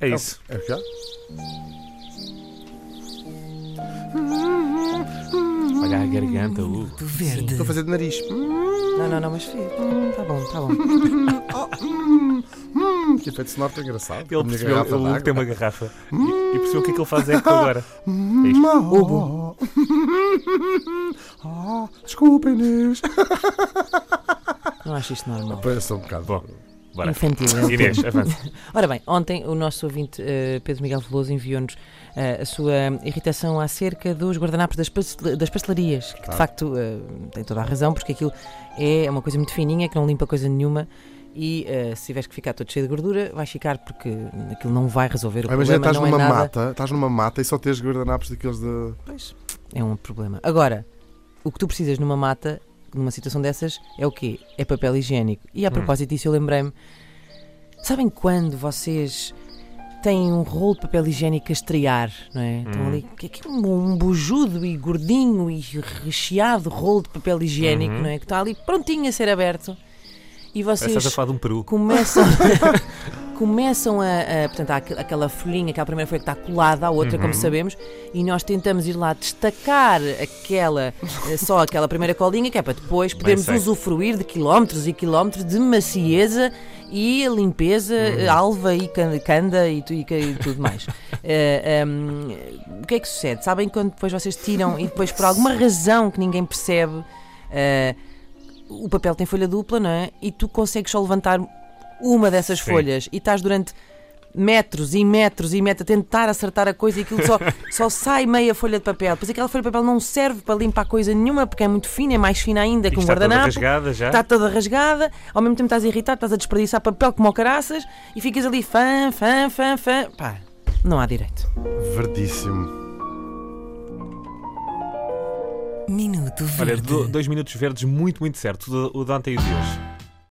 É isso. É já? Olha a garganta, uh. Hugo. Do verde. Estou a fazer de nariz. Não, não, não, mas fiz. Tá bom, tá bom. Hum, que efeito sonoro tão engraçado. Ele A minha percebeu, garrafa o Hugo d'água. tem uma garrafa. E, e percebeu o que é que ele faz eco agora. É isto. Hugo. Ah, Desculpem-nos. Não acho isto normal. Parece um bocado. Bom, bora. Infantil, é o Inês, termo. avança. Ora bem, ontem o nosso ouvinte eh, Pedro Miguel Veloso enviou-nos eh, a sua irritação acerca dos guardanapos das, pastel- das pastelarias, que de Claro. facto eh, tem toda a razão, porque aquilo é uma coisa muito fininha, que não limpa coisa nenhuma. E eh, se tiveres que ficar todo cheio de gordura, vais ficar porque aquilo não vai resolver o Ah, Imagina, estás problema. Não é numa nada. mata, estás numa mata e só tens guardanapos daqueles de. Pois, é um problema. Agora, o que tu precisas numa mata, numa situação dessas, é o quê? É papel higiênico. E a Hum. propósito disso, eu lembrei-me. Sabem quando vocês têm um rolo de papel higiênico a estrear, não é? Estão Hum. ali, que é que é um, um bujudo e gordinho e recheado rolo de papel higiênico, Uhum. não é? Que está ali prontinho a ser aberto. E Parece que vocês estás a falar de um peru. começam começam a, a- portanto, há aqu- aquela folhinha que a primeira folha que está colada à outra, como sabemos, e nós tentamos ir lá destacar aquela eh, só aquela primeira colinha que é para depois podermos sei. usufruir de quilómetros e quilómetros de macieza e a limpeza eh, alva e can- canda e, tu- e ca- e tudo mais. Eh, ehm, o que é que sucede? Sabem quando depois vocês tiram e depois por alguma razão que ninguém percebe eh, o papel tem folha dupla, não é? E tu consegues só levantar uma dessas Sim. folhas e estás durante metros e metros e metros a tentar acertar a coisa e aquilo só, só sai meia folha de papel. Depois aquela folha de papel não serve para limpar coisa nenhuma porque é muito fina, é mais fina ainda E que um está toda guardanapo. rasgada já. Está toda rasgada, ao mesmo tempo estás irritado, estás a desperdiçar papel como ao caraças e ficas ali fã, fã, fã, fã. Pá, não há direito. Verdíssimo. Minuto Verde. Olha, do- dois minutos verdes muito, muito certo. O de o de ontem e o de hoje.